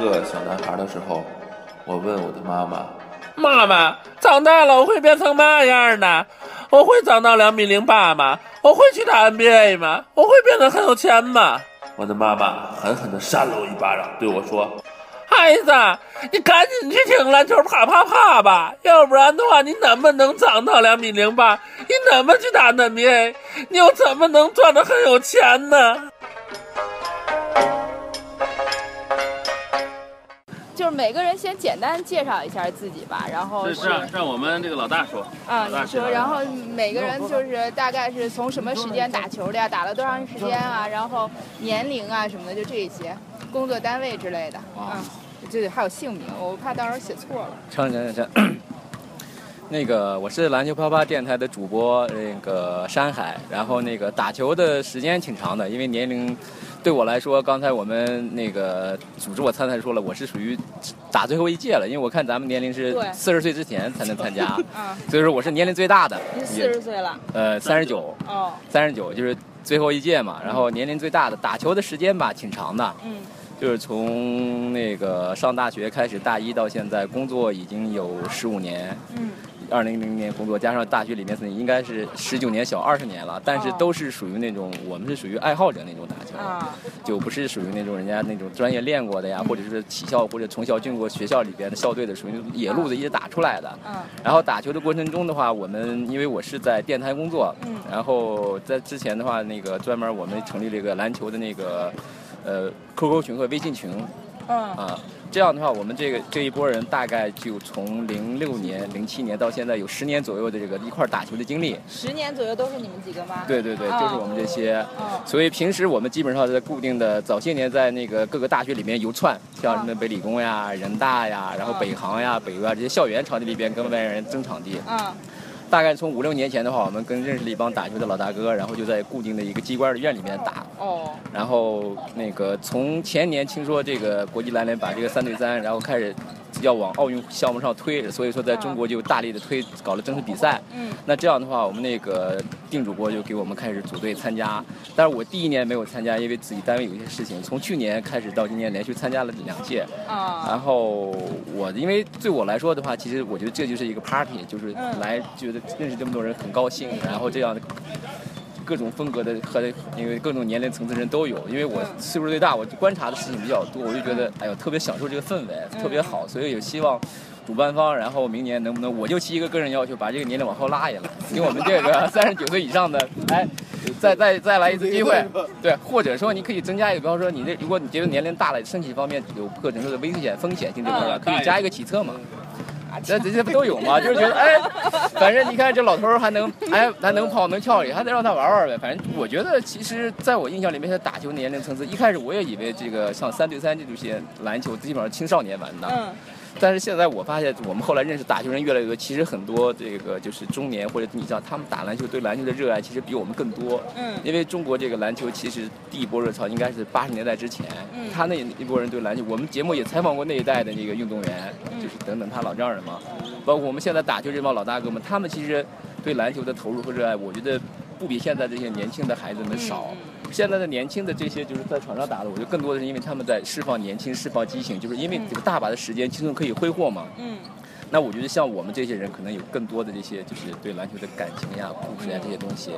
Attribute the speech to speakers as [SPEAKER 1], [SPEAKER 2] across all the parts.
[SPEAKER 1] 个小男孩的时候，我问我的妈妈，
[SPEAKER 2] 妈妈，长大了我会变成嘛样的？我会长到两米零八吗？我会去打 NBA 吗？我会变得很有钱吗？
[SPEAKER 1] 我的妈妈狠狠地扇了我一巴掌，对我说
[SPEAKER 2] 孩子，你赶紧去听篮球啪啪啪吧，要不然的话，你怎么能长到两米零八？你怎么去打 NBA？你又怎么能赚得很有钱呢？
[SPEAKER 3] 就是每个人先简单介绍一下自己吧，然后
[SPEAKER 4] 这
[SPEAKER 3] 是
[SPEAKER 4] 让啊让我们这个老大说，
[SPEAKER 3] 啊，
[SPEAKER 4] 老大
[SPEAKER 3] 你说，
[SPEAKER 4] 来
[SPEAKER 3] 然后每个人就是大概是从什么时间打球的呀，打了多长时间啊，然后年龄啊什么的，就这一些，工作单位之类的，嗯，对，还有姓名，我怕到时候写错了。
[SPEAKER 5] 成成成成。 那个我是篮球啪啪电台的主播，那个山海。然后那个打球的时间挺长的，因为年龄对我来说，刚才我们那个组织我参赛说了，我是属于打最后一届了，因为我看咱们年龄是
[SPEAKER 6] 对嗯
[SPEAKER 5] 四十岁之前才能 参加，
[SPEAKER 3] 啊，
[SPEAKER 5] 所以说我是年龄最大的，
[SPEAKER 6] 你四
[SPEAKER 5] 也
[SPEAKER 6] 十岁了，
[SPEAKER 5] 呃三十九，
[SPEAKER 3] 哦，
[SPEAKER 5] 三十九就是最后一届嘛。然后年龄最大的，打球的时间吧挺长的，
[SPEAKER 3] 嗯，
[SPEAKER 5] 就是从那个上大学开始，大一到现在工作已经有十五年，
[SPEAKER 3] 嗯，
[SPEAKER 5] 二零零年工作加上大学里面应该是十九年小二十年了，但是
[SPEAKER 3] 哦
[SPEAKER 5] 都是属于那种我们是属于爱好者那种打球，
[SPEAKER 3] 啊，
[SPEAKER 5] 就不是属于那种人家那种专业练过的呀，
[SPEAKER 3] 嗯
[SPEAKER 5] 或者是体校或者从小进过学校里边的校队的，属于那种野路子一直打出来的。
[SPEAKER 3] 嗯，
[SPEAKER 5] 然后打球的过程中的话，我们因为我是在电台工作，
[SPEAKER 3] 嗯
[SPEAKER 5] 然后在之前的话，那个专门我们成立了一个篮球的那个呃 QQ 群和微信群
[SPEAKER 3] 嗯，
[SPEAKER 5] 啊。这样的话，我们这个这一波人大概就从零六年、零七年到现在有十年左右的这个一块儿打球的经历。
[SPEAKER 6] 十年左右都是你们几个吗？，哦
[SPEAKER 5] 对对对，就是我们这些。
[SPEAKER 3] 嗯，
[SPEAKER 5] 所以平时我们基本上在固定的，早些年在那个各个大学里面游窜，像什么北理工呀、人大呀，然后北航呀、北邮啊这些校园场地里边跟外人争场地。
[SPEAKER 6] 啊
[SPEAKER 3] 嗯，
[SPEAKER 5] 大概从五六年前的话，我们跟认识了一帮打球的老大哥，然后就在固定的一个机关的院里面打。
[SPEAKER 3] 哦，
[SPEAKER 5] 然后那个从前年听说这个国际篮联把这个三对三，然后开始要往奥运项目上推，所以说在中国就大力的推，搞了正式比赛。
[SPEAKER 3] 嗯，
[SPEAKER 5] 那这样的话，我们那个定主播就给我们开始组队参加。但是我第一年没有参加，因为自己单位有一些事情。从去年开始到今年，连续参加了两届。
[SPEAKER 3] 啊，
[SPEAKER 5] 然后我因为对我来说的话，其实我觉得这就是一个 party，就是
[SPEAKER 3] 嗯
[SPEAKER 5] 来觉得认识这么多人很高兴，然后这样的各种风格的和因为各种年龄层次的人都有。因为我
[SPEAKER 3] 嗯
[SPEAKER 5] 岁数最大，我观察的事情比较多，我就觉得哎呦特别享受这个氛围，特别好，所以有希望。主办方，然后明年能不能，我就提一个个人要求，把这个年龄往后拉一拉，给我们这个三十九岁以上的，哎，再再再来一次机会，对，或者说你可以增加一个，比方说你这，如果你觉得年龄大了，身体方面有不可承受的危险风险性这块儿啊，可以加一个体测嘛。这这些不都有吗？就是觉得哎，反正你看这老头儿还能哎还能跑能跳也，还得让他玩玩呗。反正我觉得，其实在我印象里面，他打球年龄层次，一开始我也以为这个像三对三这种些篮球基本上青少年玩的，
[SPEAKER 3] 嗯，
[SPEAKER 5] 但是现在我发现，我们后来认识打球人越来越多，其实很多这个就是中年或者你像他们打篮球对篮球的热爱，其实比我们更多。
[SPEAKER 3] 嗯
[SPEAKER 5] 因为中国这个篮球其实第一波热潮应该是八十年代之前，
[SPEAKER 3] 嗯
[SPEAKER 5] 他那一波人对篮球，我们节目也采访过那一代的那个运动员，就是等等他老丈人嘛，包括我们现在打球这帮老大哥们，他们其实对篮球的投入和热爱，我觉得不比现在这些年轻的孩
[SPEAKER 6] 嗯
[SPEAKER 5] 子们少。现在的年轻的这些就是在场上打的，我觉得更多的是因为他们在释放年轻、释放激情，就是因为有大把的时间轻松可以挥霍嘛。
[SPEAKER 3] 嗯，
[SPEAKER 5] 那我觉得像我们这些人，可能有更多的这些就是对篮球的感情呀、故事呀这些东西。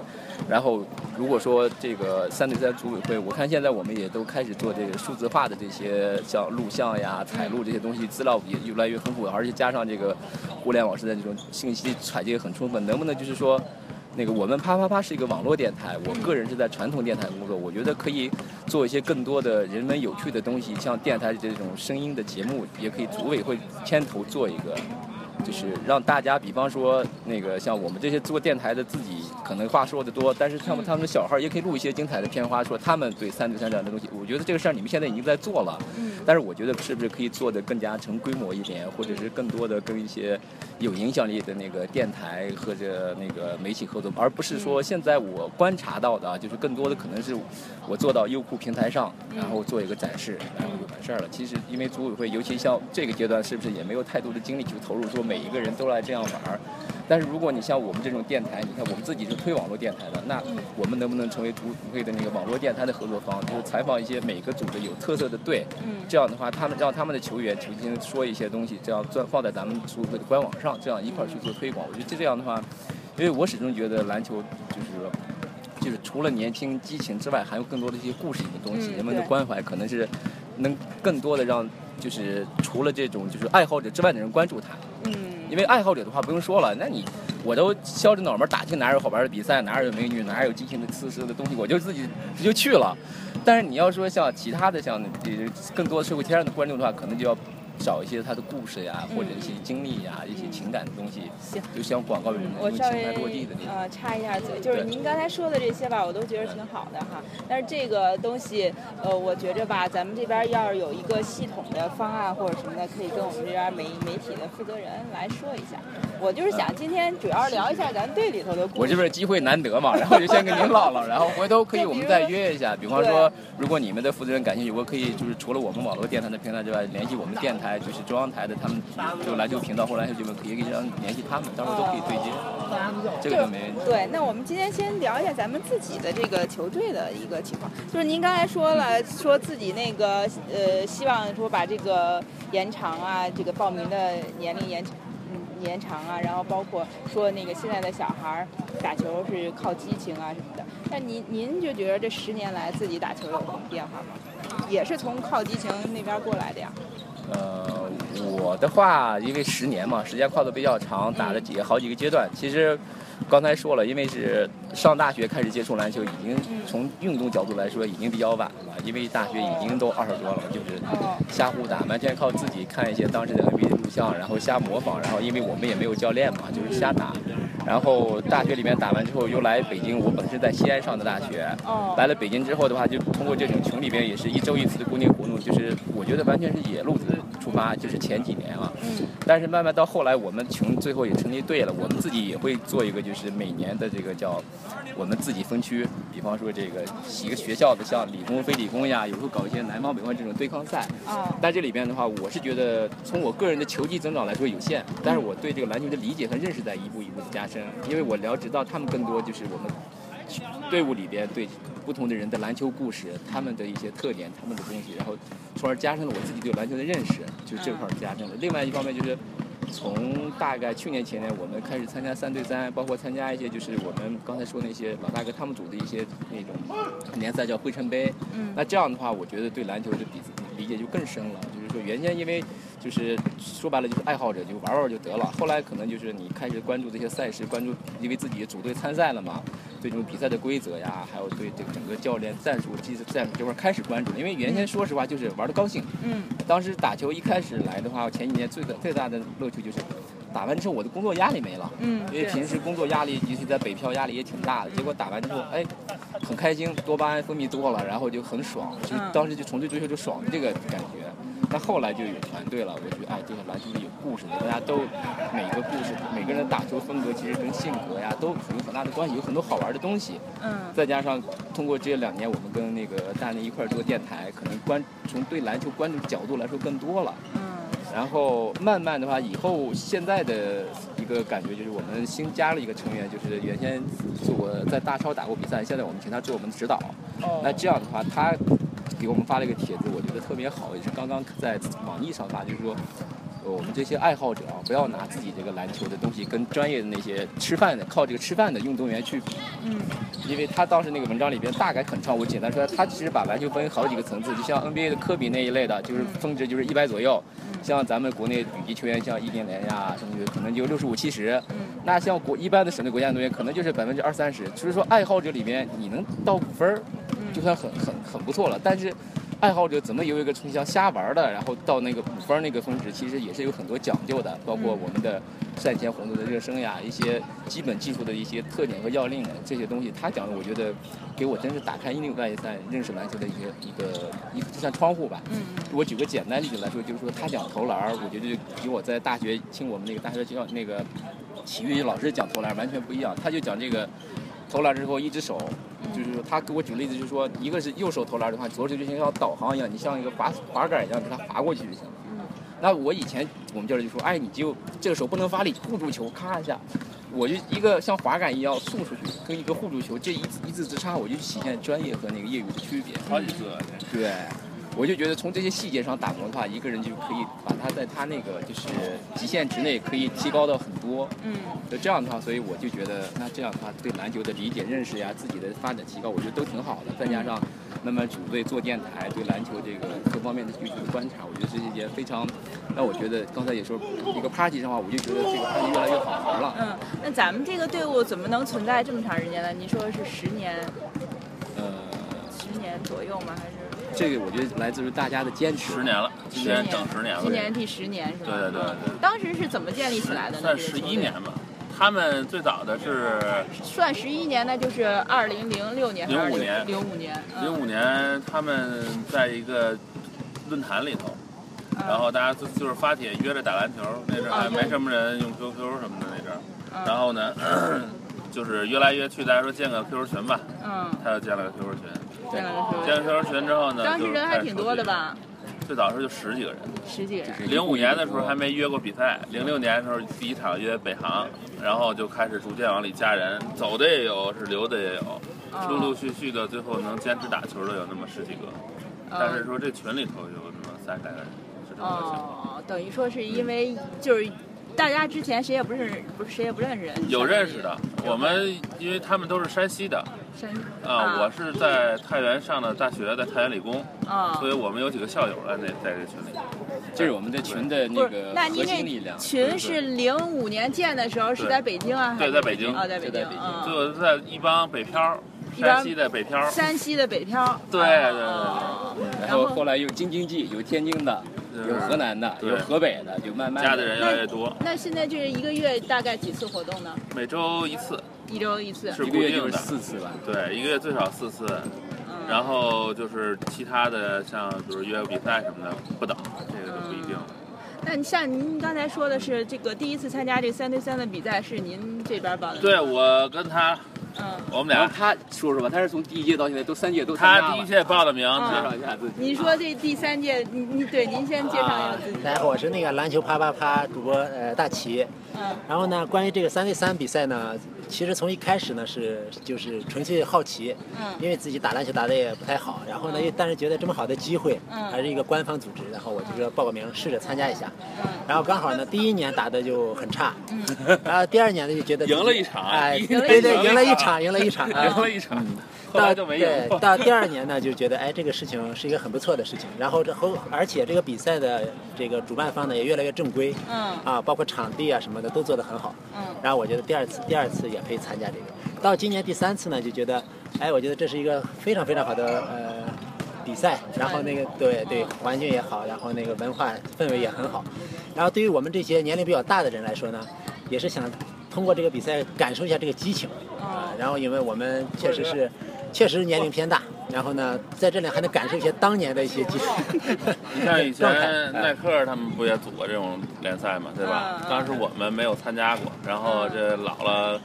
[SPEAKER 5] 然后如果说这个三对三组委会，我看现在我们也都开始做这个数字化的这些像录像呀、采录这些东西，资料也越来越丰富，而且加上这个互联网时代这种信息采集也很充分，能不能就是说？那个我们啪啪啪是一个网络电台，我个人是在传统电台工作，我觉得可以做一些更多的人文有趣的东西，像电台这种声音的节目，也可以组委会牵头做一个，就是让大家，比方说那个像我们这些做电台的自己可能话说的多，但是他们他们的小孩儿也可以录一些精彩的片花，说他们对三对三这样的东西，我觉得这个事儿你们现在已经在做了，但是我觉得是不是可以做的更加成规模一点，或者是更多的跟一些有影响力的那个电台或者那个媒体合作，而不是说现在我观察到的啊，就是更多的可能是我做到优酷平台上，然后做一个展示，然后就完事儿了。其实因为组委会，尤其像这个阶段，是不是也没有太多的精力去投入，说每一个人都来这样玩儿。但是如果你像我们这种电台，你看我们自己是推网络电台的，那
[SPEAKER 6] 嗯
[SPEAKER 5] 我们能不能成为读书会的那个网络电台的合作方？就是采访一些每个组的有特色的队，
[SPEAKER 6] 嗯
[SPEAKER 5] 这样的话，他们让他们的球员球星说一些东西，这样专放在咱们书会的官网上，这样一块儿去做推广。我觉得这样的话，因为我始终觉得篮球就是。就是除了年轻激情之外，还有更多的一些故事性的东西。
[SPEAKER 6] 嗯
[SPEAKER 5] 人们的
[SPEAKER 6] 对
[SPEAKER 5] 关怀可能是能更多的让，就是除了这种就是爱好者之外的人关注他。
[SPEAKER 6] 嗯，
[SPEAKER 5] 因为爱好者的话不用说了，那你我都削着脑门打听哪有好玩的比赛，哪有美女，哪有激情的刺激的东西，我就自己就去了。但是你要说像其他的像呃更多社会天上的观众的话，可能就要找一些他的故事呀，或者一些经历呀，一些情感的东西，
[SPEAKER 6] 行。
[SPEAKER 5] 就像广告人那
[SPEAKER 6] 嗯我
[SPEAKER 5] 种
[SPEAKER 6] 稍
[SPEAKER 5] 情感落地
[SPEAKER 6] 微
[SPEAKER 5] 的那种。
[SPEAKER 6] 呃插一下嘴，就是
[SPEAKER 5] 对
[SPEAKER 6] 您刚才说的这些吧，我都觉得挺好的哈。但是这个东西，呃，我觉着吧，咱们这边要是有一个系统的方案或者什么的，可以跟我们这边媒媒体的负责人来说一下。我就是想今天主要聊一下咱队里头的故事。
[SPEAKER 5] 我这边机会难得嘛，然后就先跟您唠唠，然后回头可以我们再约一下。比方说，如果你们的负责人感兴趣，我可以就是除了我们网络电台的平台之外，联系我们电台就是中央台的他们就篮球频道或篮球俱乐部，可以让联系他们，到时候都可以对接，这个就没问题。
[SPEAKER 6] 对，那我们今天先聊一下咱们自己的这个球队的一个情况，就是您刚才说了，说自己那个呃，希望说把这个延长啊，这个报名的年龄延长。嗯延长啊，然后包括说那个现在的小孩儿打球是靠激情啊什么的。那您您就觉得这十年来自己打球有什么变化吗？也是从靠激情那边过来的呀。
[SPEAKER 5] 呃，我的话，因为十年嘛，时间跨度比较长，打了几个好几个阶段。其实刚才说了，因为是上大学开始接触篮球，已经从运动角度来说已经比较晚了，因为大学已经都二十多了，就是
[SPEAKER 6] 哦，
[SPEAKER 5] 瞎胡打，完全靠自己看一些当时的 NBA 录像，然后瞎模仿，然后因为我们也没有教练嘛，就是瞎打。然后大学里面打完之后，又来北京，我本身在西安上的大学。
[SPEAKER 6] 哦
[SPEAKER 5] 来了北京之后的话，就通过这种群里边也是一周一次的固定活动，就是我觉得完全是野路子出发，就是前几年啊。
[SPEAKER 6] 嗯
[SPEAKER 5] 但是慢慢到后来，我们群最后也成立队了，我们自己也会做一个，就是每年的这个叫我们自己分区，比方说这个几个学校的，像理工、非理工呀，有时候搞一些南方北方这种对抗赛。
[SPEAKER 6] 哦，
[SPEAKER 5] 但这里边的话，我是觉得从我个人的球技增长来说有限，但是我对这个篮球的理解和认识在一步一步的加深，因为我了解到他们更多就是我们队伍里边对不同的人的篮球故事、他们的一些特点、他们的东西，然后从而加深了我自己对篮球的认识，就这块儿加深了。另外一方面就是呃从大概去年前年，我们开始参加三对三，包括参加一些就是我们刚才说那些老大哥他们组的一些那种联赛叫灰尘杯。
[SPEAKER 6] 嗯
[SPEAKER 5] 那这样的话，我觉得对篮球的理理解就更深了。就是说，原先因为就是说白了就是爱好者，就玩玩就得了。后来可能就是你开始关注这些赛事，关注因为自己组队参赛了嘛，对这种比赛的规则呀，还有对这个整个教练战术、技术、战术这块儿开始关注了。因为原先说实话就是玩的高兴，
[SPEAKER 6] 嗯
[SPEAKER 5] 当时打球一开始来的话，前几年最大最大的乐趣就是打完之后我的工作压力没了。
[SPEAKER 6] 嗯，
[SPEAKER 5] 因为平时工作压力，尤其在北漂压力也挺大的。结果打完之后，哎，很开心，多巴胺分泌多了，然后就很爽，就
[SPEAKER 6] 嗯
[SPEAKER 5] 当时就从最追求就爽的这个感觉。但后来就有团队了，我觉得哎，这个篮球是有故事的，大家都每个故事，每个人的打球风格其实跟性格呀都有很大的关系，有很多好玩的东西。
[SPEAKER 6] 嗯
[SPEAKER 5] 再加上通过这两年，我们跟那个大内一块儿做电台，可能关从对篮球关注的角度来说更多了。
[SPEAKER 6] 嗯
[SPEAKER 5] 然后慢慢的话，以后现在的一个感觉就是，我们新加了一个成员，就是原先做在大超打过比赛，现在我们请他做我们的指导。
[SPEAKER 6] 哦
[SPEAKER 5] 那这样的话，他给我们发了一个帖子，我觉得特别好，也是刚刚在网易上发，就是说。呃我们这些爱好者啊，不要拿自己这个篮球的东西跟专业的那些吃饭的、靠这个吃饭的运动员去
[SPEAKER 6] 嗯
[SPEAKER 5] 因为他当时那个文章里边大概很长，我简单说，他其实把篮球分好几个层次，就像 NBA 的科比那一类的，就是峰值就是一百左右，像咱们国内顶级球员像易建联呀什么的，可能就六十五七十。那像国一般的省队国家运动员，可能就是百分之二三十。所以说，爱好者里面你能到五分儿，
[SPEAKER 6] 嗯
[SPEAKER 5] 就算很很很不错了。但是，爱好者怎么有一个从像瞎玩儿的，然后到那个五分儿那个峰值，其实也是有很多讲究的，包
[SPEAKER 6] 嗯
[SPEAKER 5] 括我们的赛前活动的热身呀，一些基本技术的一些特点和要领啊这些东西，他讲的，我觉得给我真是打开另外一扇认识篮球的一个一个一个就像窗户吧。
[SPEAKER 6] 嗯
[SPEAKER 5] 我举个简单例子来说，就是说他讲投篮儿，我觉得就比我在大学听我们那个大学教那个体育老师讲投篮儿完全不一样。他就讲这个投篮儿之后，一只手，就是说他给我举例子，就是说一个是右手投篮儿的话，左手就像要导航一样，你像一个滑滑杆儿一样给它滑过去就行。那我以前我们教练就说，哎，你就这个手不能发力，护住球，咔一下。我就一个像滑杆一样送出去，跟一个护住球这一一字之差，我就体现专业和那个业余的区别。
[SPEAKER 1] 好几次了，
[SPEAKER 5] 对，我就觉得从这些细节上打磨的话，一个人就可以把他在他那个就是极限之内可以提高到很多。
[SPEAKER 6] 嗯，
[SPEAKER 5] 就这样的话，所以我就觉得，那这样的话，对篮球的理解、认识呀，自己的发展提高，我觉得都挺好的。再加上，那么组队做电台，对篮球这个各方面的具体的观察，我觉得这是一件非常，让我觉得刚才也说一个 party 上的话，我就觉得这个 party 越来越好玩了。
[SPEAKER 6] 嗯，那咱们这个队伍怎么能存在这么长时间呢？你说是十年，
[SPEAKER 5] 呃，
[SPEAKER 6] 十年左右吗？还是
[SPEAKER 5] 这个我觉得来自于大家的坚持。
[SPEAKER 1] 十年了，今年整十年了，
[SPEAKER 6] 今年第十年是吧？
[SPEAKER 1] 对对对
[SPEAKER 6] 嗯
[SPEAKER 1] 对
[SPEAKER 6] 当时是怎么建立起来的呢？
[SPEAKER 1] 算
[SPEAKER 6] 这个
[SPEAKER 1] 十
[SPEAKER 6] 球队
[SPEAKER 1] 一年，吧。他们最早的是
[SPEAKER 6] 算十一年，那就是二零零六年还是
[SPEAKER 1] 05年
[SPEAKER 6] 零五年，嗯
[SPEAKER 1] 零五年，他们在一个论坛里头，
[SPEAKER 6] 嗯哦
[SPEAKER 1] 然后大家就就是发帖约着打篮球，那阵儿还没什么人用 QQ 什么的那阵儿，
[SPEAKER 6] 嗯
[SPEAKER 1] 然后呢， 就是约来约去，大家说建个 QQ 群吧，
[SPEAKER 6] 嗯，
[SPEAKER 1] 他就建了个 QQ 群，
[SPEAKER 6] 建了个
[SPEAKER 1] 建
[SPEAKER 6] 球
[SPEAKER 1] 了 QQ 群之后呢，
[SPEAKER 6] 当时
[SPEAKER 1] 就是
[SPEAKER 6] 人
[SPEAKER 1] 开
[SPEAKER 6] 还
[SPEAKER 1] 始
[SPEAKER 6] 挺
[SPEAKER 1] 出
[SPEAKER 6] 多的
[SPEAKER 1] 去？
[SPEAKER 6] 吧，
[SPEAKER 1] 最早时候就十几个人，
[SPEAKER 6] 十几个人。
[SPEAKER 1] 零五年的时候还没约过比赛，零六年的时候第一场约北航，然后就开始逐渐往里加人，走的也有，是留的也有，
[SPEAKER 6] 嗯
[SPEAKER 1] 陆陆续续的，最后能坚持打球的有那么十几个，
[SPEAKER 6] 嗯
[SPEAKER 1] 但是说这群里头有那么三十来个人，是这么个情况。
[SPEAKER 6] 哦，等于说是因为就是大家之前谁也不认，不是谁也不认识人，
[SPEAKER 1] 有认识的，我们因为他们都是山西的
[SPEAKER 6] 山
[SPEAKER 1] 啊，我是在太原上的大学，在太原理工，
[SPEAKER 6] 啊，
[SPEAKER 1] 所以我们有几个校友在那在这群里。
[SPEAKER 5] 这是我们的群的
[SPEAKER 6] 不
[SPEAKER 5] 那
[SPEAKER 6] 是
[SPEAKER 5] 个，
[SPEAKER 6] 那
[SPEAKER 5] 核
[SPEAKER 6] 您
[SPEAKER 5] 心力
[SPEAKER 6] 这
[SPEAKER 5] 量。
[SPEAKER 6] 群是零五年建的时候是
[SPEAKER 1] 对
[SPEAKER 6] 在北京啊？还
[SPEAKER 1] 对
[SPEAKER 6] 是
[SPEAKER 1] 在北京
[SPEAKER 6] 啊，在北
[SPEAKER 5] 就
[SPEAKER 6] 京
[SPEAKER 5] 在北京
[SPEAKER 1] 所以
[SPEAKER 6] 啊，
[SPEAKER 1] 我在一帮北漂，
[SPEAKER 6] 一帮
[SPEAKER 1] 山西的北漂，
[SPEAKER 6] 山西的北漂。
[SPEAKER 1] 对
[SPEAKER 6] 啊
[SPEAKER 1] 对对
[SPEAKER 6] 啊
[SPEAKER 5] 然
[SPEAKER 6] 然后
[SPEAKER 5] 后后来有京津冀，有天津的，
[SPEAKER 1] 对
[SPEAKER 5] 有河南的，
[SPEAKER 1] 对
[SPEAKER 5] 有河北的，有慢慢
[SPEAKER 1] 加的人越来越多，
[SPEAKER 6] 那现在就是一个月大概几次活动呢？
[SPEAKER 1] 每周一次，
[SPEAKER 6] 一周一次。
[SPEAKER 1] 是
[SPEAKER 5] 一
[SPEAKER 1] 固
[SPEAKER 5] 个月就
[SPEAKER 1] 定
[SPEAKER 5] 是
[SPEAKER 1] 的，
[SPEAKER 5] 四次吧。
[SPEAKER 1] 对，一个月最少四次。
[SPEAKER 6] 嗯
[SPEAKER 1] 然后就是其他的，像比如约个比赛什么的，不等，这个就不一定了。
[SPEAKER 6] 那你像您刚才说的是这个第一次参加这三对三的比赛是您这边报的？。
[SPEAKER 1] 对我跟他，
[SPEAKER 6] 嗯，
[SPEAKER 1] 我们俩
[SPEAKER 5] 然后，他说说吧，他是从第一届到现在都三届都参加
[SPEAKER 1] 他
[SPEAKER 5] 了
[SPEAKER 1] 第一届报的名，
[SPEAKER 5] 介
[SPEAKER 1] 他
[SPEAKER 5] 绍一下自己。
[SPEAKER 6] 您说这第三届，你你对您先介绍一下
[SPEAKER 4] 啊
[SPEAKER 6] 自己，。
[SPEAKER 4] 大家好，我是那个篮球啪啪啪主播呃大齐。
[SPEAKER 6] 嗯
[SPEAKER 4] 然后呢，关于这个三对三比赛呢，其实从一开始呢是就是纯粹好奇，
[SPEAKER 6] 嗯
[SPEAKER 4] 因为自己打篮球打得也不太好，然后呢又但是觉得这么好的机会，
[SPEAKER 6] 嗯
[SPEAKER 4] 还是一个官方组织，然后我就说报个名试着参加一下。
[SPEAKER 6] 嗯，
[SPEAKER 4] 然后刚好呢，第一年打的就很差，然后第二年呢就觉得自己
[SPEAKER 1] 赢了一场
[SPEAKER 4] 哎，
[SPEAKER 1] 赢
[SPEAKER 6] 了一
[SPEAKER 4] 对对，
[SPEAKER 1] 场
[SPEAKER 4] 赢了一场，赢了 一场，
[SPEAKER 1] 赢了一场，后
[SPEAKER 4] 到
[SPEAKER 1] 来就没赢
[SPEAKER 4] 对，。到第二年呢，就觉得哎，这个事情是一个很不错的事情。然后这后，而且这个比赛的这个主办方呢也越来越正规，
[SPEAKER 6] 嗯
[SPEAKER 4] 啊，包括场地啊什么的都做得很好。
[SPEAKER 6] 嗯
[SPEAKER 4] 然后我觉得第二次第二次也可以参加这个。到今年第三次呢，就觉得哎，我觉得这是一个非常非常好的呃比赛。然后
[SPEAKER 6] 嗯
[SPEAKER 4] 那个对对，环境也好，然后那个文化氛围也很好。然后对于我们这些年龄比较大的人来说呢，也是想通过这个比赛感受一下这个激情。
[SPEAKER 6] 嗯
[SPEAKER 4] 啊，然后因为我们确实是，确实年龄偏大，然后呢，在这里还能感受一些当年的一些技术。
[SPEAKER 1] 你 像以
[SPEAKER 4] 状态
[SPEAKER 1] 前耐克他们不也组过这种联赛嘛，对吧
[SPEAKER 6] 嗯嗯？
[SPEAKER 1] 当时我们没有参加过，然后这老了，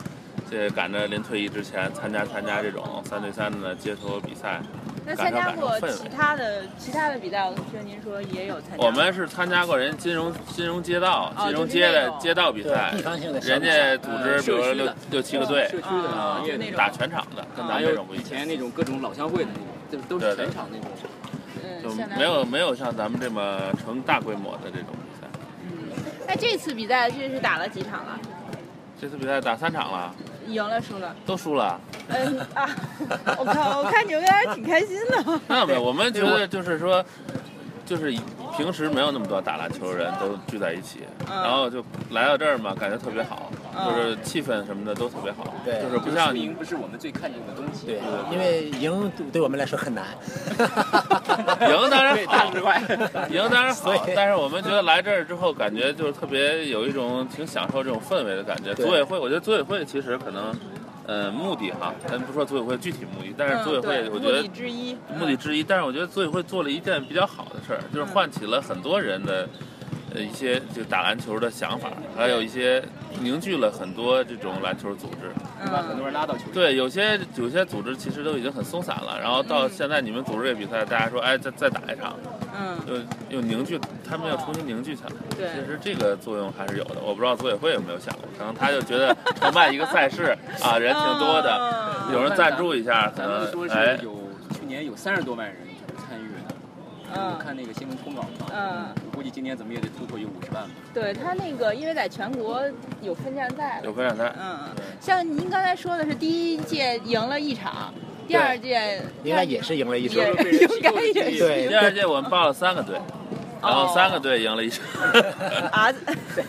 [SPEAKER 1] 这赶着临退役之前参加参加这种三对三的街头比赛，
[SPEAKER 6] 那参
[SPEAKER 1] 感受
[SPEAKER 6] 加
[SPEAKER 1] 感受
[SPEAKER 6] 过
[SPEAKER 1] 氛
[SPEAKER 6] 其
[SPEAKER 1] 围。
[SPEAKER 6] 他的其他的比赛，我听您说也有参加。
[SPEAKER 1] 我们是参加过人金融金融街道
[SPEAKER 6] 哦
[SPEAKER 1] 金融街
[SPEAKER 6] 就是那
[SPEAKER 1] 的
[SPEAKER 6] 种
[SPEAKER 1] 街道比赛
[SPEAKER 4] 对地方性的，小
[SPEAKER 1] 人
[SPEAKER 4] 比
[SPEAKER 1] 家
[SPEAKER 4] 赛
[SPEAKER 1] 组织比如说
[SPEAKER 5] 社区
[SPEAKER 1] 六
[SPEAKER 5] 的
[SPEAKER 1] 六七个队
[SPEAKER 5] 社区的
[SPEAKER 6] 啊
[SPEAKER 5] 行业的，
[SPEAKER 1] 打全场的，跟咱
[SPEAKER 5] 还
[SPEAKER 1] 们这
[SPEAKER 5] 有
[SPEAKER 1] 种不一
[SPEAKER 5] 以前
[SPEAKER 1] 样，
[SPEAKER 5] 那种各种老乡会的那种，都都是全场那种。
[SPEAKER 1] 就
[SPEAKER 6] 嗯，现在
[SPEAKER 1] 没。有没有像咱们这么成大规模的这种比赛。
[SPEAKER 6] 那哎这次比赛这是打了几场了？
[SPEAKER 1] 这次比赛打三场了，
[SPEAKER 6] 赢了输了？
[SPEAKER 1] 都输了。
[SPEAKER 6] 嗯啊，我靠！我看你们还挺开心的。
[SPEAKER 1] 那没有，我们觉得就是说，就是平时没有那么多打篮球的人都聚在一起，
[SPEAKER 6] 嗯
[SPEAKER 1] 然后就来到这儿嘛，感觉特别好，
[SPEAKER 6] 嗯
[SPEAKER 1] 就是气氛什么的都特别好，
[SPEAKER 4] 对
[SPEAKER 1] 就是不
[SPEAKER 5] 就是
[SPEAKER 1] 像
[SPEAKER 5] 赢
[SPEAKER 1] 你。
[SPEAKER 5] 不是我们最看重的东西。
[SPEAKER 4] 对，因为赢对我们来说很难。
[SPEAKER 1] 赢当然
[SPEAKER 5] 对
[SPEAKER 1] 好
[SPEAKER 5] 大实坏。
[SPEAKER 1] 赢当然好
[SPEAKER 4] 所以，
[SPEAKER 1] 但是我们觉得来这儿之后，感觉就是特别有一种挺享受这种氛围的感觉。
[SPEAKER 4] 对
[SPEAKER 1] 组委会，我觉得组委会其实可能，呃，目的哈，咱不说组委会具体目的，但是组委
[SPEAKER 6] 嗯，对，
[SPEAKER 1] 会
[SPEAKER 6] 目
[SPEAKER 1] 我觉得
[SPEAKER 6] 的之一。
[SPEAKER 1] 目的之一，但是我觉得组委会做了一件比较好的事儿，就是唤起了很多人的呃一些就打篮球的想法，还有一些凝聚了很多这种篮球组织。
[SPEAKER 5] 把很
[SPEAKER 6] 嗯
[SPEAKER 5] 多人拉到球队。
[SPEAKER 1] 对，有些有些组织其实都已经很松散了，然后到现在你们组织这比赛，大家说哎再再打一场，
[SPEAKER 6] 嗯，
[SPEAKER 1] 又又凝聚，他们要重新凝聚起来。
[SPEAKER 6] 对
[SPEAKER 1] 其实这个作用还是有的。我不知道组委会有没有想过，可能他就觉得承办一个赛事啊，人挺多的，
[SPEAKER 6] 嗯
[SPEAKER 1] 有人赞助一下，可
[SPEAKER 7] 咱们
[SPEAKER 1] 能
[SPEAKER 7] 说
[SPEAKER 1] 哎
[SPEAKER 7] 是，有去年有三十多万人就是参与的，我
[SPEAKER 6] 嗯
[SPEAKER 7] 看那个新闻通稿嘛，
[SPEAKER 6] 嗯，
[SPEAKER 7] 我估计今年怎么也得突破有五十万吧。
[SPEAKER 6] 对他那个，因为在全国有分站赛了。
[SPEAKER 1] 有分享赛，
[SPEAKER 6] 嗯，像您刚才说的是第一届赢了一场，第二届
[SPEAKER 4] 应该也是赢了一手。
[SPEAKER 6] 也应该也是
[SPEAKER 4] 对
[SPEAKER 1] 第二届我们报了三个队，然后三个队赢了一场，
[SPEAKER 6] 啊，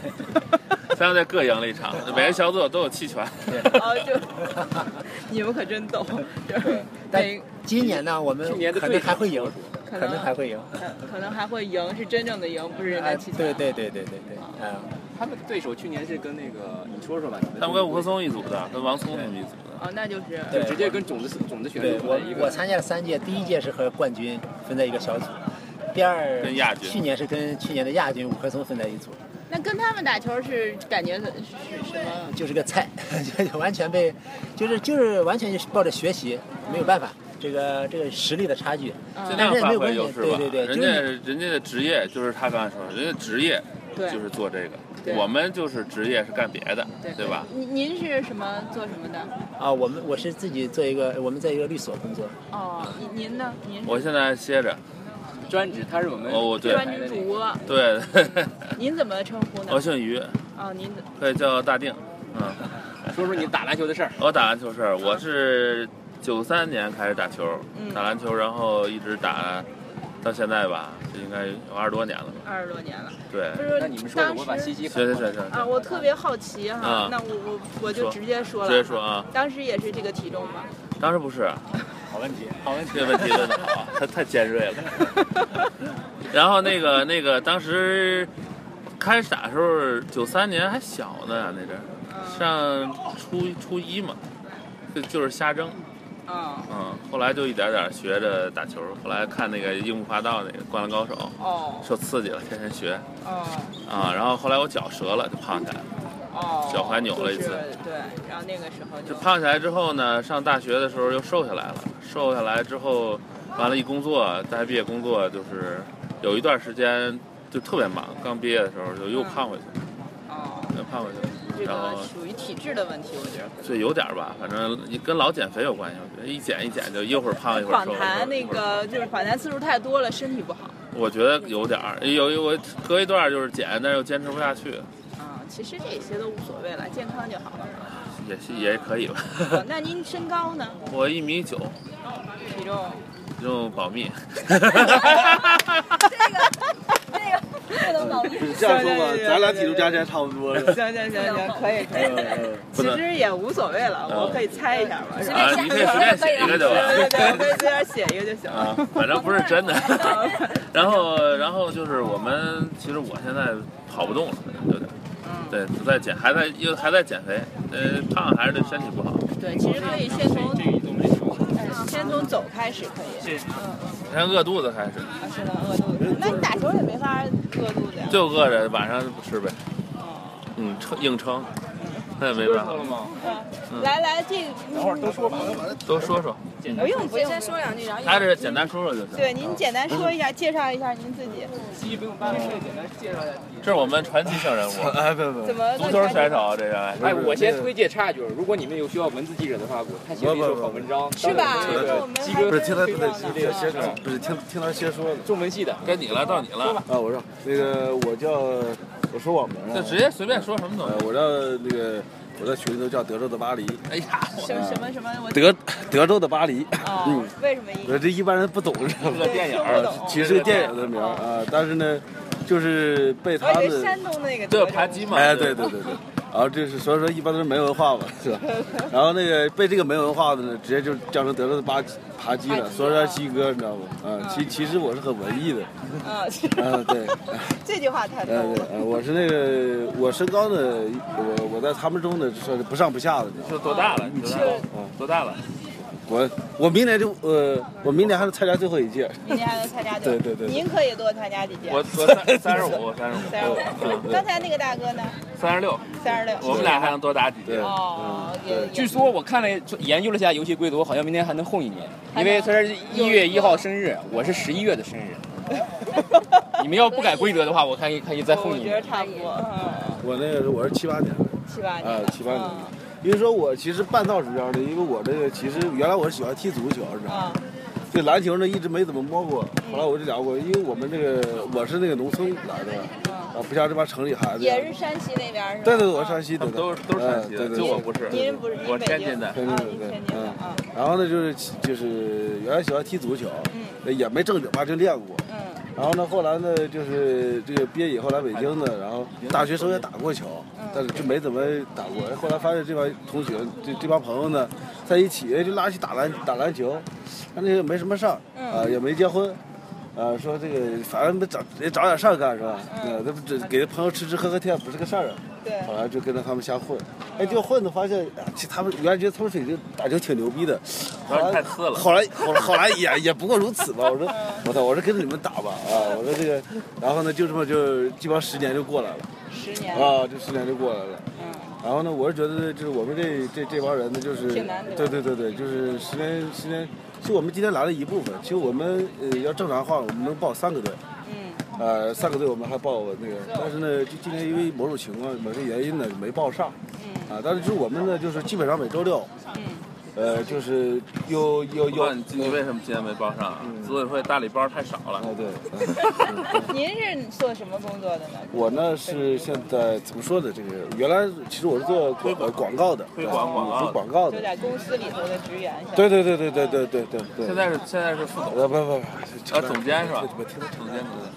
[SPEAKER 1] 三个队各赢了一场，每个小组都有弃权。
[SPEAKER 6] 哦，就你们可真懂，就是
[SPEAKER 4] 但
[SPEAKER 6] 每
[SPEAKER 4] 今年呢，我们
[SPEAKER 7] 去年的
[SPEAKER 4] 可
[SPEAKER 7] 对
[SPEAKER 4] 能还会赢，
[SPEAKER 6] 可
[SPEAKER 4] 可
[SPEAKER 6] 能
[SPEAKER 4] 能还会赢。
[SPEAKER 6] 可能还会赢，是真正的赢，不是人家
[SPEAKER 4] 哎
[SPEAKER 6] 气
[SPEAKER 4] 对对对对对对，啊，
[SPEAKER 7] 他们对手去年是跟那个，你说说吧，你们
[SPEAKER 1] 他们跟吴和松一组的，跟王聪他们一组的，
[SPEAKER 6] 哦，那就是
[SPEAKER 4] 对
[SPEAKER 7] 就直接跟种子种子选
[SPEAKER 4] 对
[SPEAKER 7] 手
[SPEAKER 4] 我
[SPEAKER 7] 的一
[SPEAKER 4] 我
[SPEAKER 7] 个，
[SPEAKER 4] 参加了三届，第一届是和冠军分在一个小组，第二
[SPEAKER 1] 跟亚军
[SPEAKER 4] 去年是跟去年的亚军五棵松分在一组，
[SPEAKER 6] 那跟他们打球是感觉是是什么？
[SPEAKER 4] 就是个菜， 就完全被，就是就是完全就是抱着学习，没有办法，这个这个实力的差距，
[SPEAKER 1] 尽
[SPEAKER 4] 但
[SPEAKER 1] 量
[SPEAKER 4] 是
[SPEAKER 1] 发
[SPEAKER 4] 啊也没
[SPEAKER 1] 挥
[SPEAKER 4] 有关系
[SPEAKER 1] 优势吧。
[SPEAKER 4] 对对对
[SPEAKER 1] 人
[SPEAKER 4] 就
[SPEAKER 1] 家
[SPEAKER 4] 是
[SPEAKER 1] 人家的职业就是他刚才说，的，人家职业
[SPEAKER 6] 对
[SPEAKER 1] 就是做这
[SPEAKER 6] 对
[SPEAKER 1] 个，我们就是职业是干别的，对吧？？
[SPEAKER 6] 您您是什么做什么的？
[SPEAKER 4] 啊，我们我是自己做一个，我们在一个律所工作，
[SPEAKER 6] 哦，您您呢？您
[SPEAKER 1] 我现在歇着，
[SPEAKER 7] 专职，他是我们
[SPEAKER 1] 哦我对
[SPEAKER 6] 专职主播，
[SPEAKER 1] 对，
[SPEAKER 6] 您怎么称呼呢
[SPEAKER 1] 我？姓于，
[SPEAKER 6] 哦，您怎
[SPEAKER 1] 可以叫大定。嗯，
[SPEAKER 7] 说说你打篮球的事儿，
[SPEAKER 1] 我打篮球是，我是九三年开始打球，
[SPEAKER 4] 嗯
[SPEAKER 1] 打篮球，然后一直打到现在吧，这应该有二十多年了吧？
[SPEAKER 6] 二十多年了，
[SPEAKER 1] 对
[SPEAKER 6] 不，
[SPEAKER 7] 那
[SPEAKER 6] 是
[SPEAKER 7] 你们说说，
[SPEAKER 6] 当
[SPEAKER 7] 我把西
[SPEAKER 6] 时
[SPEAKER 7] 西喊
[SPEAKER 1] 行行
[SPEAKER 7] 过来
[SPEAKER 1] 行行，
[SPEAKER 6] 啊，我特别好奇哈
[SPEAKER 1] 啊，
[SPEAKER 6] 那我我我就
[SPEAKER 1] 说
[SPEAKER 6] 直接说
[SPEAKER 1] 直
[SPEAKER 6] 了，
[SPEAKER 1] 接说啊，
[SPEAKER 6] 当时也是这个体重吗？
[SPEAKER 1] 当时不是，
[SPEAKER 4] 好问题，好问题
[SPEAKER 1] 这问题问的好，他太尖锐了。然后那个那个，当时开始打的时候，九三年还小呢，那阵儿上初初一嘛，就就是瞎扔，
[SPEAKER 6] 嗯，
[SPEAKER 1] 嗯，后来就一点点学着打球，后来看那个樱木花道那个《灌篮高手》，
[SPEAKER 6] 哦
[SPEAKER 1] 受刺激了，天天学
[SPEAKER 6] 哦
[SPEAKER 1] 啊。然后后来我脚折了，就胖起来了。
[SPEAKER 6] 哦，
[SPEAKER 1] 脚踝扭了一次
[SPEAKER 6] 就是对，然后那个时候
[SPEAKER 1] 就
[SPEAKER 6] 就
[SPEAKER 1] 胖起来之后呢，上大学的时候又瘦下来了，瘦下来之后，完了，一工作，大学毕业工作就是有一段时间就特别忙，刚毕业的时候就又胖回去了，
[SPEAKER 6] 哦，
[SPEAKER 1] 又胖回去
[SPEAKER 6] 嗯这
[SPEAKER 1] 了，然
[SPEAKER 6] 个
[SPEAKER 1] 后
[SPEAKER 6] 属于体质的问题，我觉得。
[SPEAKER 1] 就有点儿吧，反正跟老减肥有关系，我觉得一减一减就一会儿胖一会儿
[SPEAKER 6] 访
[SPEAKER 1] 瘦。
[SPEAKER 6] 谈
[SPEAKER 1] 一
[SPEAKER 6] 那
[SPEAKER 1] 会儿瘦
[SPEAKER 6] 个就是访谈次数太多了，身体不好。
[SPEAKER 1] 我觉得有点儿，有有我隔一段儿就是减，但是又坚持不下去，
[SPEAKER 6] 啊，其实这些都无所谓了，健康就好了。
[SPEAKER 1] 也是也可以吧。
[SPEAKER 6] 哦那您身高呢？
[SPEAKER 1] 我一米九，
[SPEAKER 6] 体重？
[SPEAKER 1] 用保密。
[SPEAKER 6] 那个不能嗯保密。
[SPEAKER 8] 你这样说吧，咱俩体重加起来差不多了。呃
[SPEAKER 6] 行行行行，可以可以。其实也无所谓了，
[SPEAKER 8] 啊
[SPEAKER 6] 我可以猜一下吧。是吧
[SPEAKER 1] 啊，你可以随便写一个就完。
[SPEAKER 6] 对对
[SPEAKER 8] 啊
[SPEAKER 6] 对，我可以随便写一个就行
[SPEAKER 1] 啊
[SPEAKER 6] 了。，啊
[SPEAKER 1] 反正不是真 的。然后，然后就是我们，其实我现在跑不动了，有点。
[SPEAKER 8] 嗯
[SPEAKER 1] 对，不在减，还在又还在减肥，呃，胖还是对身体不好。
[SPEAKER 6] 对，其实可以先从哎先从走开始，可以。
[SPEAKER 1] 先饿肚子开始，
[SPEAKER 6] 是的，饿肚子。那你打球也没法饿肚子呀。
[SPEAKER 1] 就饿着，晚上就不吃呗。
[SPEAKER 8] 哦
[SPEAKER 1] 嗯，撑硬撑，那也没办法。
[SPEAKER 8] 嗯
[SPEAKER 6] 来来，这
[SPEAKER 1] 多说说，
[SPEAKER 6] 不用不用，
[SPEAKER 1] 他这简单说说就行。
[SPEAKER 6] 对，您简单说一下，介绍一下您自己，
[SPEAKER 1] 这是我们传奇性人物，
[SPEAKER 8] 哎，不不
[SPEAKER 6] 怎么
[SPEAKER 1] 足球选手，这个
[SPEAKER 7] 哎，我先推荐插一句，如果你们有需要文字记者的话，我他写了一手好文章，
[SPEAKER 6] 是吧？
[SPEAKER 7] 当
[SPEAKER 6] 那
[SPEAKER 7] 然
[SPEAKER 6] 我们
[SPEAKER 7] 鸡
[SPEAKER 6] 还
[SPEAKER 7] 哥
[SPEAKER 8] 不是听他不对，
[SPEAKER 6] 挺
[SPEAKER 8] 这个先说，不是听听他先说的
[SPEAKER 7] 啊中文系的，
[SPEAKER 1] 该你了，到你了，
[SPEAKER 8] 啊。我说那个，我叫我说网名
[SPEAKER 1] 就
[SPEAKER 8] 啊，
[SPEAKER 1] 直接随便说什么都
[SPEAKER 8] 呃，
[SPEAKER 1] 行。
[SPEAKER 8] 我叫那个我在群里都叫德州的巴黎，
[SPEAKER 1] 哎呀，
[SPEAKER 6] 什么什么什么我
[SPEAKER 8] 德嗯德州的巴黎。
[SPEAKER 6] 哦，为什么一
[SPEAKER 8] 我这一般人不懂，知道吗
[SPEAKER 1] 这？电影
[SPEAKER 6] 不懂
[SPEAKER 1] 儿，
[SPEAKER 8] 其实是电影的名儿啊，但是呢，就是被
[SPEAKER 6] 我
[SPEAKER 8] 他
[SPEAKER 6] 以为
[SPEAKER 8] 们。
[SPEAKER 6] 山东那个
[SPEAKER 1] 这
[SPEAKER 6] 德
[SPEAKER 1] 个
[SPEAKER 6] 州
[SPEAKER 1] 扒鸡嘛，
[SPEAKER 8] 哎，对对对对，然后这是所以说一般都是没文化嘛，是吧？然后那个被这个没文化的呢，直接就叫成德州的扒扒鸡了，所以说鸡哥你知道吗？啊，其其实我是很文艺的，
[SPEAKER 6] 嗯，是
[SPEAKER 8] 啊对，
[SPEAKER 6] 这句话太逗
[SPEAKER 8] 呃对，
[SPEAKER 6] 了。
[SPEAKER 8] 呃我是那个我身高呢，我我在他们中呢算是不上不下的，你知道吗
[SPEAKER 1] 就多大了？你多大了？多大了？
[SPEAKER 8] 我我明年就呃我明年还能参加最后一届，
[SPEAKER 6] 明天还能参加
[SPEAKER 8] 对对对对
[SPEAKER 6] 您可以多参加几届。
[SPEAKER 1] 我我三三十五，我三十
[SPEAKER 6] 三十
[SPEAKER 1] 五，
[SPEAKER 6] 五，刚才那个大哥呢？
[SPEAKER 1] 三十六，
[SPEAKER 6] 三十六。
[SPEAKER 1] 我们俩还能多打几
[SPEAKER 8] 对，
[SPEAKER 1] 届。
[SPEAKER 8] 嗯
[SPEAKER 6] 哦，也
[SPEAKER 7] 据 说我看了研究了一下游戏规则，好像明天还能混一年，
[SPEAKER 6] 还
[SPEAKER 7] 因
[SPEAKER 6] 能
[SPEAKER 7] 为他是一月一号生日，我是十一月的生日，
[SPEAKER 5] 你们要不改规则的话，我看可以再
[SPEAKER 6] 我
[SPEAKER 5] 轰你
[SPEAKER 6] 觉
[SPEAKER 5] 们
[SPEAKER 6] 得。差不多，嗯，
[SPEAKER 8] 我那个是我是七八年的，
[SPEAKER 6] 七八年
[SPEAKER 8] 啊
[SPEAKER 6] 了，
[SPEAKER 8] 七八年
[SPEAKER 6] 嗯
[SPEAKER 8] 的，因为说我其实半道出家的，因为我这个其实原来我是喜欢踢足球，你知道吗？
[SPEAKER 6] 啊，
[SPEAKER 8] 对篮球呢一直没怎么摸过，后来我就聊过，因为我们这个我是那个农村来的，啊，不像这帮城里孩子。
[SPEAKER 6] 也是山西那边儿是吧？
[SPEAKER 8] 对对，我
[SPEAKER 6] 啊
[SPEAKER 8] 是山西
[SPEAKER 1] 他
[SPEAKER 8] 的，
[SPEAKER 1] 们都是都是山西的，
[SPEAKER 8] 嗯对对
[SPEAKER 1] 就我
[SPEAKER 8] 对
[SPEAKER 1] 不是。
[SPEAKER 6] 您不是
[SPEAKER 1] 我
[SPEAKER 6] 您北
[SPEAKER 1] 天津的
[SPEAKER 6] 啊，您天津的啊，
[SPEAKER 8] 然后呢，就是就是原来喜欢踢足球，也没正经八经练过。
[SPEAKER 6] 嗯
[SPEAKER 8] 然后呢，后来呢，就是这个毕业以后来北京的，然后大学时候也打过球，但是就没怎么打过。后来发现这帮同学，这这帮朋友呢，在一起哎就拉去打篮打篮球，但那个没什么事儿，啊、也没结婚。啊，说这个反正找也找点事儿干是吧？嗯，那不这给朋友吃吃喝喝天不是个事儿啊。
[SPEAKER 6] 对，
[SPEAKER 8] 后来就跟着他们瞎混，哎，就混的发现，哎其实他们原来觉得他们水晶打球挺牛逼的，后
[SPEAKER 1] 然后你
[SPEAKER 8] 来
[SPEAKER 1] 太次了
[SPEAKER 8] 后来后来后来也也不过如此吧。我说我操，我说跟着你们打吧啊，我说这个，然后呢就这么就基本上十年就过来了
[SPEAKER 6] 十年，
[SPEAKER 8] 啊，这十年就过来了。
[SPEAKER 6] 嗯，
[SPEAKER 8] 然后呢，我是觉得就是我们这这这帮人呢，就是
[SPEAKER 6] 挺难得
[SPEAKER 8] 对对对对，就是十年十年，其实我们今天来了一部分，其实我们呃要正常话，我们能报三个队。
[SPEAKER 6] 嗯，
[SPEAKER 8] 呃，上个队我们还报那个，但是呢，就今天因为某种情况、某些原因呢，没报上。啊，但是就是我们呢，就是基本上每周六，
[SPEAKER 6] 嗯
[SPEAKER 8] 呃，就是有有
[SPEAKER 1] 我
[SPEAKER 8] 有，啊
[SPEAKER 1] 告诉你，你为什么今天没报上啊？组委会大礼包太少了
[SPEAKER 8] 啊。对，嗯
[SPEAKER 6] 您是做什么工作的呢？
[SPEAKER 8] 我呢是现在怎么说的？这个原来其实我是做广呃广告的，啊
[SPEAKER 1] 推广广告
[SPEAKER 8] 做广告
[SPEAKER 6] 就
[SPEAKER 8] 的，
[SPEAKER 6] 在公司里头的职员，像
[SPEAKER 8] 对对对对对对对对对。
[SPEAKER 1] 现在是现在是副总，
[SPEAKER 8] 呃不不不，
[SPEAKER 1] 啊总监是吧
[SPEAKER 8] 不听他
[SPEAKER 1] 总监总监。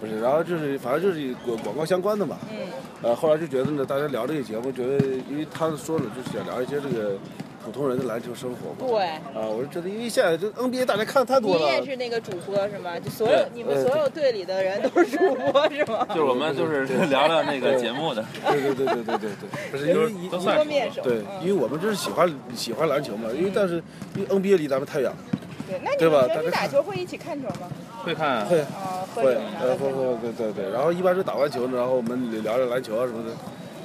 [SPEAKER 8] 不是，然后就是反正就是广广告相关的嘛。嗯。呃，后来就觉得呢，大家聊这个节目，觉得因为他说了，就是想聊一些这个普通人的篮球生活嘛。
[SPEAKER 6] 对。
[SPEAKER 8] 啊，我是觉得，因为现在这 NBA 大家看太
[SPEAKER 6] 您
[SPEAKER 8] 多了。呃
[SPEAKER 6] 也是那个主播是吗？就所有
[SPEAKER 1] 对
[SPEAKER 6] 你们所有队里的人都是主播是吗？
[SPEAKER 1] 就是我们就是聊聊那个节目的，
[SPEAKER 8] 对对对对对对对，不是因为因
[SPEAKER 1] 都
[SPEAKER 6] 多
[SPEAKER 1] 算
[SPEAKER 6] 面手，嗯
[SPEAKER 8] 对，因为我们就是喜欢喜欢篮球嘛，因为但是因为 NBA 离咱们太远了。
[SPEAKER 6] 对，那你
[SPEAKER 8] 对吧
[SPEAKER 6] 们平时
[SPEAKER 8] 大家
[SPEAKER 6] 打球会一起看球吗？
[SPEAKER 1] 会看啊。
[SPEAKER 8] 会
[SPEAKER 6] 啊，喝
[SPEAKER 8] 会
[SPEAKER 6] 酒啥
[SPEAKER 8] 呃
[SPEAKER 6] 的
[SPEAKER 8] 会会对对对，然后一般是打完球呢，然后我们聊聊篮球啊什么的。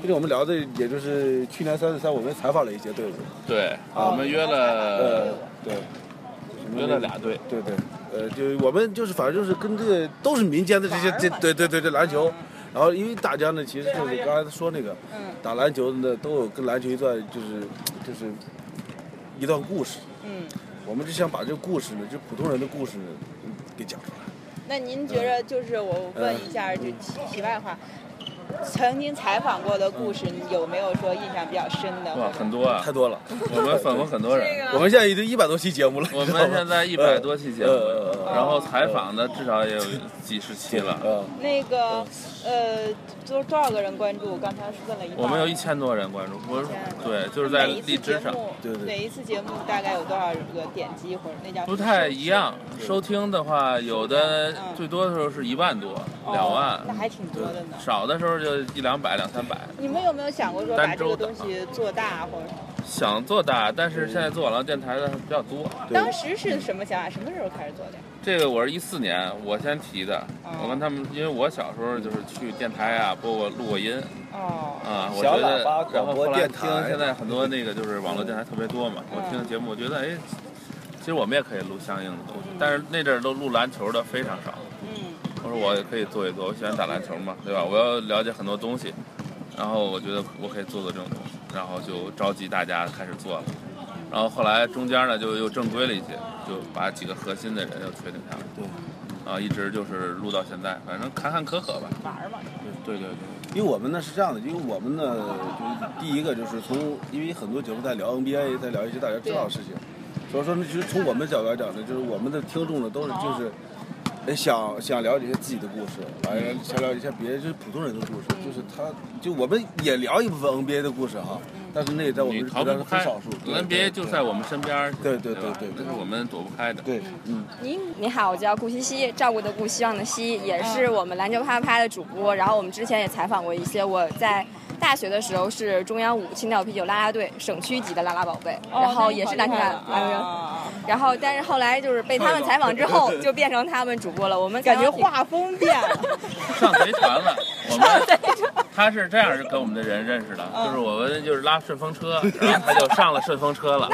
[SPEAKER 8] 毕竟我们聊的也就是去年三四三，我们采访了一些队伍。
[SPEAKER 1] 对，我们约了
[SPEAKER 8] 呃，对，
[SPEAKER 1] 约了俩队，
[SPEAKER 8] 对对，呃，就我们就是反正就是跟这个都是民间的这些这对对对这篮球，然后因为大家呢，其实就是刚才说那个，
[SPEAKER 6] 嗯
[SPEAKER 8] 打篮球的呢都有跟篮球一段就是就是一段故事，
[SPEAKER 6] 嗯，
[SPEAKER 8] 我们就想把这个故事呢，就普通人的故事呢，嗯给讲出来。
[SPEAKER 6] 那您觉着就是我
[SPEAKER 8] 嗯
[SPEAKER 6] 问一下，就题题外话，曾经采访过的故事，你有没有说印象比较深的？
[SPEAKER 1] 哇，很多啊
[SPEAKER 8] 太，多了，
[SPEAKER 1] 我们访过很多人。
[SPEAKER 8] 我们现在已经一百多期节目了，
[SPEAKER 1] 我
[SPEAKER 8] 你知道
[SPEAKER 1] 们
[SPEAKER 8] 吗
[SPEAKER 1] 现在一百多期节目
[SPEAKER 8] 呃呃呃，
[SPEAKER 1] 然后采访的至少也有几十期了。
[SPEAKER 8] 呃，
[SPEAKER 6] 那个呃，多多少个人关注？刚才是问了一半。
[SPEAKER 1] 我们有一千多人关注，我对，就是在
[SPEAKER 6] 每一
[SPEAKER 1] 荔
[SPEAKER 6] 次
[SPEAKER 1] 枝
[SPEAKER 6] 节
[SPEAKER 1] 上，
[SPEAKER 6] 目，
[SPEAKER 8] 对对
[SPEAKER 6] 每一次节目大概有多少个点击或者那叫
[SPEAKER 1] 不太一样。收听的话，有的
[SPEAKER 6] 嗯
[SPEAKER 1] 最多的时候是一万多、
[SPEAKER 6] 哦
[SPEAKER 1] 两万，
[SPEAKER 6] 那还挺多的呢。
[SPEAKER 1] 少的时候就一两百、两三百。
[SPEAKER 6] 你们有没有想过说把
[SPEAKER 1] 单
[SPEAKER 6] 这
[SPEAKER 1] 周
[SPEAKER 6] 个
[SPEAKER 1] 的
[SPEAKER 6] 东西做大，或者
[SPEAKER 1] 想做大，但是现在做网络电台的比较多。
[SPEAKER 8] 对
[SPEAKER 6] 当时是什么想法？什么时候开始做的？
[SPEAKER 1] 这个我是一四年我先提的，
[SPEAKER 6] 哦
[SPEAKER 1] 我跟他们，因为我小时候就是去电台啊，播过录过音
[SPEAKER 6] 哦，
[SPEAKER 1] 啊，我
[SPEAKER 8] 小
[SPEAKER 1] 觉
[SPEAKER 8] 喇
[SPEAKER 1] 得
[SPEAKER 8] 叭，
[SPEAKER 1] 然
[SPEAKER 8] 广
[SPEAKER 1] 后
[SPEAKER 8] 播
[SPEAKER 1] 后来
[SPEAKER 8] 电
[SPEAKER 1] 听
[SPEAKER 8] 台
[SPEAKER 1] 现在很多那个就是网络电台特别多嘛，我听节目，我觉得哎，其实我们也可以录相应的东西，但是那阵儿都录篮球的非常少。
[SPEAKER 6] 嗯，
[SPEAKER 1] 我说我也可以做一做，我喜欢打篮球嘛，对吧？我要了解很多东西，然后我觉得我可以做做这种东西，然后就召集大家开始做了。然后后来中间呢就又正规了一些，就把几个核心的人又确定下来。对，啊，一直就是录到现在，反正坎坎坷坷吧。
[SPEAKER 6] 玩儿嘛，
[SPEAKER 1] 对对对，
[SPEAKER 8] 因为我们呢是这样的，因为我们呢，就是第一个就是从，因为很多节目在聊 NBA，在聊一些大家知道的事情，所以说呢，其实从我们角度来讲呢，就是我们的听众呢都是就是，呃想想了解一下自己的故事，完了想了解一下别人就是普通人的故事，
[SPEAKER 6] 嗯
[SPEAKER 8] 就是他就我们也聊一部分 NBA 的故事哈，
[SPEAKER 6] 嗯
[SPEAKER 8] 但是那也在我
[SPEAKER 1] 你
[SPEAKER 8] 们
[SPEAKER 1] 逃
[SPEAKER 8] 这
[SPEAKER 1] 不
[SPEAKER 8] 边很
[SPEAKER 1] 开
[SPEAKER 8] 少数对对
[SPEAKER 1] ，NBA 就在我们身边儿。
[SPEAKER 8] 对对
[SPEAKER 1] 吧
[SPEAKER 8] 对对对
[SPEAKER 1] 那是我们躲不开的。
[SPEAKER 8] 对，嗯。
[SPEAKER 9] 你好，我叫顾西西，照顾的顾，希望的希，也是我们篮球啪啪啪的主播。然后我们之前也采访过一些，我在大学的时候是中央五青岛啤酒啦啦队省区级的啦啦宝贝，
[SPEAKER 6] 哦
[SPEAKER 9] 然后也是篮哎球啪啪啪
[SPEAKER 6] 啊，
[SPEAKER 9] 然后但是后来就是被他们采访之后，就变成他们主播了。我们
[SPEAKER 6] 感觉
[SPEAKER 9] 采访
[SPEAKER 6] 画风变了，
[SPEAKER 1] 上贼船了，我们他是这样跟我们的人认识的，
[SPEAKER 8] 嗯
[SPEAKER 1] 就是我们就是拉顺风车，然后他就上了顺风车 了，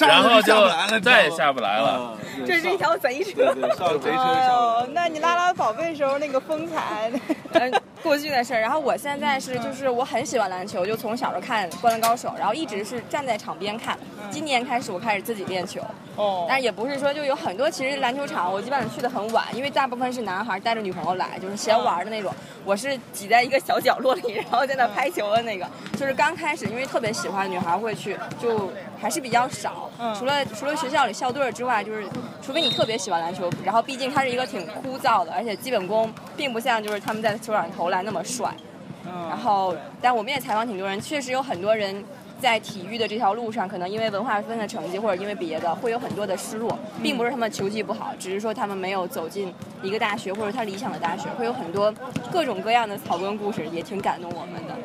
[SPEAKER 1] 然后就再也下不来
[SPEAKER 8] 嗯
[SPEAKER 1] 了。
[SPEAKER 9] 这是一条贼
[SPEAKER 8] 对
[SPEAKER 9] 车。
[SPEAKER 8] 对，上贼车
[SPEAKER 6] 哎
[SPEAKER 8] 上
[SPEAKER 6] 呦，那你拉拉宝贝时候那个风采，
[SPEAKER 9] 嗯，过去的事儿。然后我现在是，就是我很喜欢篮球，就从小就看《灌篮高手》，然后一直是站在场边看。今年开始，我开始自己练球，
[SPEAKER 6] 哦
[SPEAKER 9] 但是也不是说就有很多，其实篮球场我基本上去的很晚，因为大部分是男孩带着女朋友来，就是闲玩的那种。
[SPEAKER 6] 嗯
[SPEAKER 9] 我是挤在一个小角落里，然后在那拍球的那个。就是刚开始，因为特别喜欢，女孩会去，就还是比较少。
[SPEAKER 6] 嗯
[SPEAKER 9] 除了除了学校里校队儿之外，就是除非你特别喜欢篮球，然后毕竟它是一个挺枯燥的，而且基本功并不像就是他们在球场上投篮那么帅。
[SPEAKER 6] 嗯
[SPEAKER 9] 然后，但我们也采访挺多人，确实有很多人在体育的这条路上，可能因为文化分的成绩或者因为别的，会有很多的失落，并不是他们球技不好，只是说他们没有走进一个大学或者他理想的大学，会有很多各种各样的草根故事，也挺感动我们的。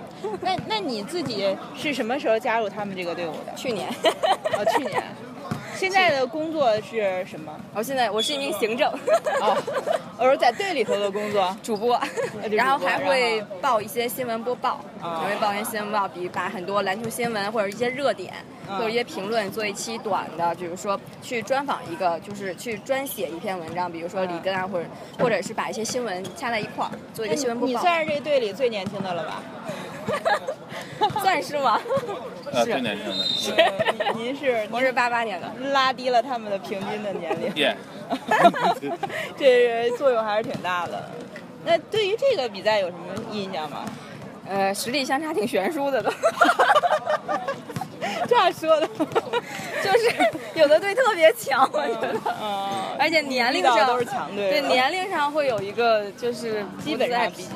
[SPEAKER 6] 那那你自己是什么时候加入他们这个队伍的？
[SPEAKER 9] 去年，
[SPEAKER 6] 哦，去年。现在的工作是什么？
[SPEAKER 9] 我现在我是一名行政，
[SPEAKER 6] 哦，我说在队里头的工作。
[SPEAKER 9] 主播，
[SPEAKER 6] 播
[SPEAKER 9] 然后还会
[SPEAKER 6] 然后
[SPEAKER 9] 报一些新闻播报，
[SPEAKER 6] 啊
[SPEAKER 9] 也会报一些新闻播报，比如把很多篮球新闻或者一些热点，
[SPEAKER 6] 啊
[SPEAKER 9] 或者一些评论做一期短的，比如说去专访一个，就是去专写一篇文章，比如说里根啊，或者或者是把一些新闻掐在一块儿做一个新闻播
[SPEAKER 6] 你
[SPEAKER 9] 报，
[SPEAKER 6] 算是这队里最年轻的了吧？
[SPEAKER 9] 算是吗？
[SPEAKER 1] 啊，最年轻的，对
[SPEAKER 6] 您 您是
[SPEAKER 9] 我是八八年的，
[SPEAKER 6] 拉低了他们的平均的年 龄。
[SPEAKER 1] 耶。
[SPEAKER 6] 这作用还是挺大的。那对于这个比赛有什么印象 吗？
[SPEAKER 9] 呃，实力相差挺悬殊 的都。
[SPEAKER 6] 这样说的，
[SPEAKER 9] 就是有的队特别强，我觉得，
[SPEAKER 6] 嗯，
[SPEAKER 9] 而且年龄
[SPEAKER 6] 遇到
[SPEAKER 9] 上
[SPEAKER 6] 的都是强队
[SPEAKER 9] 对年龄上会有一个就是
[SPEAKER 6] 基本上
[SPEAKER 9] 不
[SPEAKER 6] 比
[SPEAKER 9] 再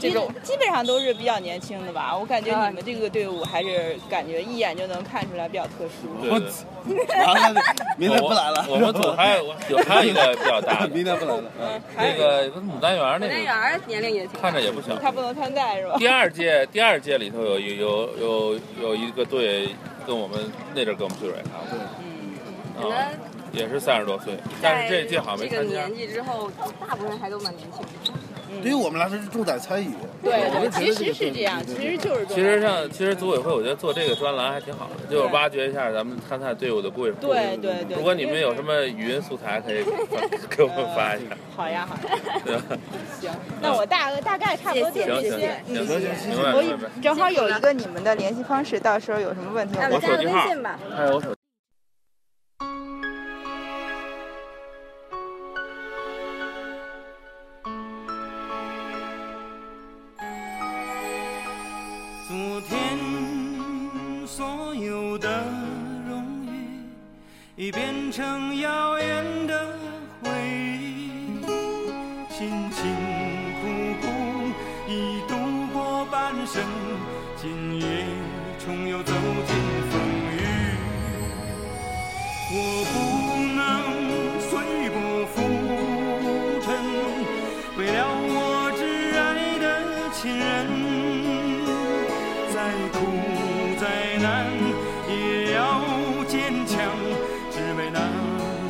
[SPEAKER 9] 这种
[SPEAKER 6] 基本上都是比较年轻的吧。我感觉你们这个队伍还是感觉一眼就能看出来比较特殊。
[SPEAKER 1] 对
[SPEAKER 8] 我
[SPEAKER 1] 对
[SPEAKER 8] 完了，明天不来了。
[SPEAKER 1] 我我们组还有有还有一个比较大的，
[SPEAKER 8] 明天不来了。嗯
[SPEAKER 1] 那个牡丹园
[SPEAKER 9] 牡丹
[SPEAKER 1] 那
[SPEAKER 9] 园
[SPEAKER 1] 个
[SPEAKER 9] 儿年龄也挺大
[SPEAKER 1] 看着也不小。
[SPEAKER 6] 他不能参赛是吧？
[SPEAKER 1] 第二届第二届里头有有有有一个队跟我们那阵儿跟我们岁数也差不多，
[SPEAKER 6] 嗯
[SPEAKER 9] 可
[SPEAKER 1] 啊
[SPEAKER 9] 能
[SPEAKER 1] 也是三十多岁，但
[SPEAKER 9] 在
[SPEAKER 1] 是这届好像没
[SPEAKER 9] 这个
[SPEAKER 1] 参加
[SPEAKER 9] 年。纪之后，大部分还都蛮年轻的。
[SPEAKER 8] 对于我们来说是重在参与。
[SPEAKER 6] 对
[SPEAKER 8] 我
[SPEAKER 6] 对，
[SPEAKER 8] 们觉
[SPEAKER 6] 其
[SPEAKER 8] 得
[SPEAKER 6] 实
[SPEAKER 8] 个
[SPEAKER 6] 是这样，
[SPEAKER 8] 对
[SPEAKER 6] 其
[SPEAKER 8] 对
[SPEAKER 6] 实就是这
[SPEAKER 1] 其
[SPEAKER 6] 样
[SPEAKER 1] 实像其实组委会，我觉得做这个专栏还挺好的，就是挖掘一下咱们参赛队伍的故事。
[SPEAKER 6] 对对对。
[SPEAKER 1] 如果你们有什么语音素材，可以给我们发一下，
[SPEAKER 6] 好呀好呀，
[SPEAKER 1] 对吧？
[SPEAKER 6] 行，那我大大概差不多
[SPEAKER 9] 谢
[SPEAKER 6] 定
[SPEAKER 1] 行
[SPEAKER 9] 谢
[SPEAKER 6] 这
[SPEAKER 1] 行
[SPEAKER 6] 些。嗯
[SPEAKER 1] 行行，明白
[SPEAKER 6] 我
[SPEAKER 1] 明白。
[SPEAKER 6] 正好有一个你们的联系方式，到时候有什么问题
[SPEAKER 9] 那我
[SPEAKER 1] 我
[SPEAKER 9] 们加
[SPEAKER 1] 手
[SPEAKER 9] 个
[SPEAKER 1] 机
[SPEAKER 9] 微
[SPEAKER 1] 号
[SPEAKER 9] 信吧。
[SPEAKER 1] 还有我手。
[SPEAKER 10] 昨天所有的荣誉，已变成遥远的回忆。辛辛苦苦已度过半生，今夜重又走进风雨。我不能随波浮沉，为了我挚爱的亲人。再苦再难也要坚强，只为那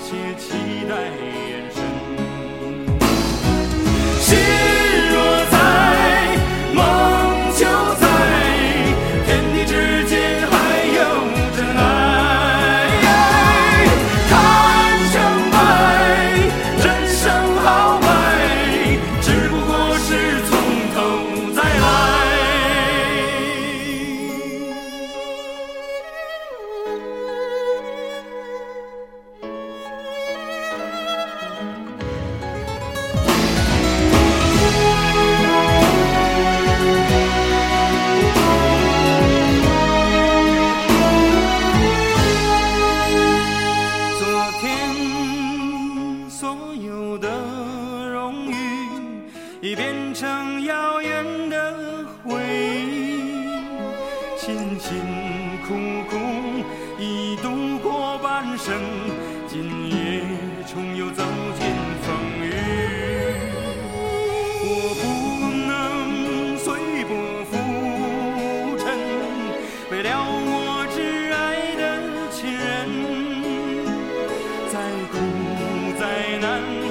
[SPEAKER 10] 些期待眼神。心若在，梦就在，天地之间还有真爱。看成败，人生豪迈，只不过是从头再来。昨天所有的荣誉已变成遥远的回忆，辛辛苦苦已度过半生，今夜重又走进风雨。我不能随波浮沉，为了我挚爱的亲人。再苦再难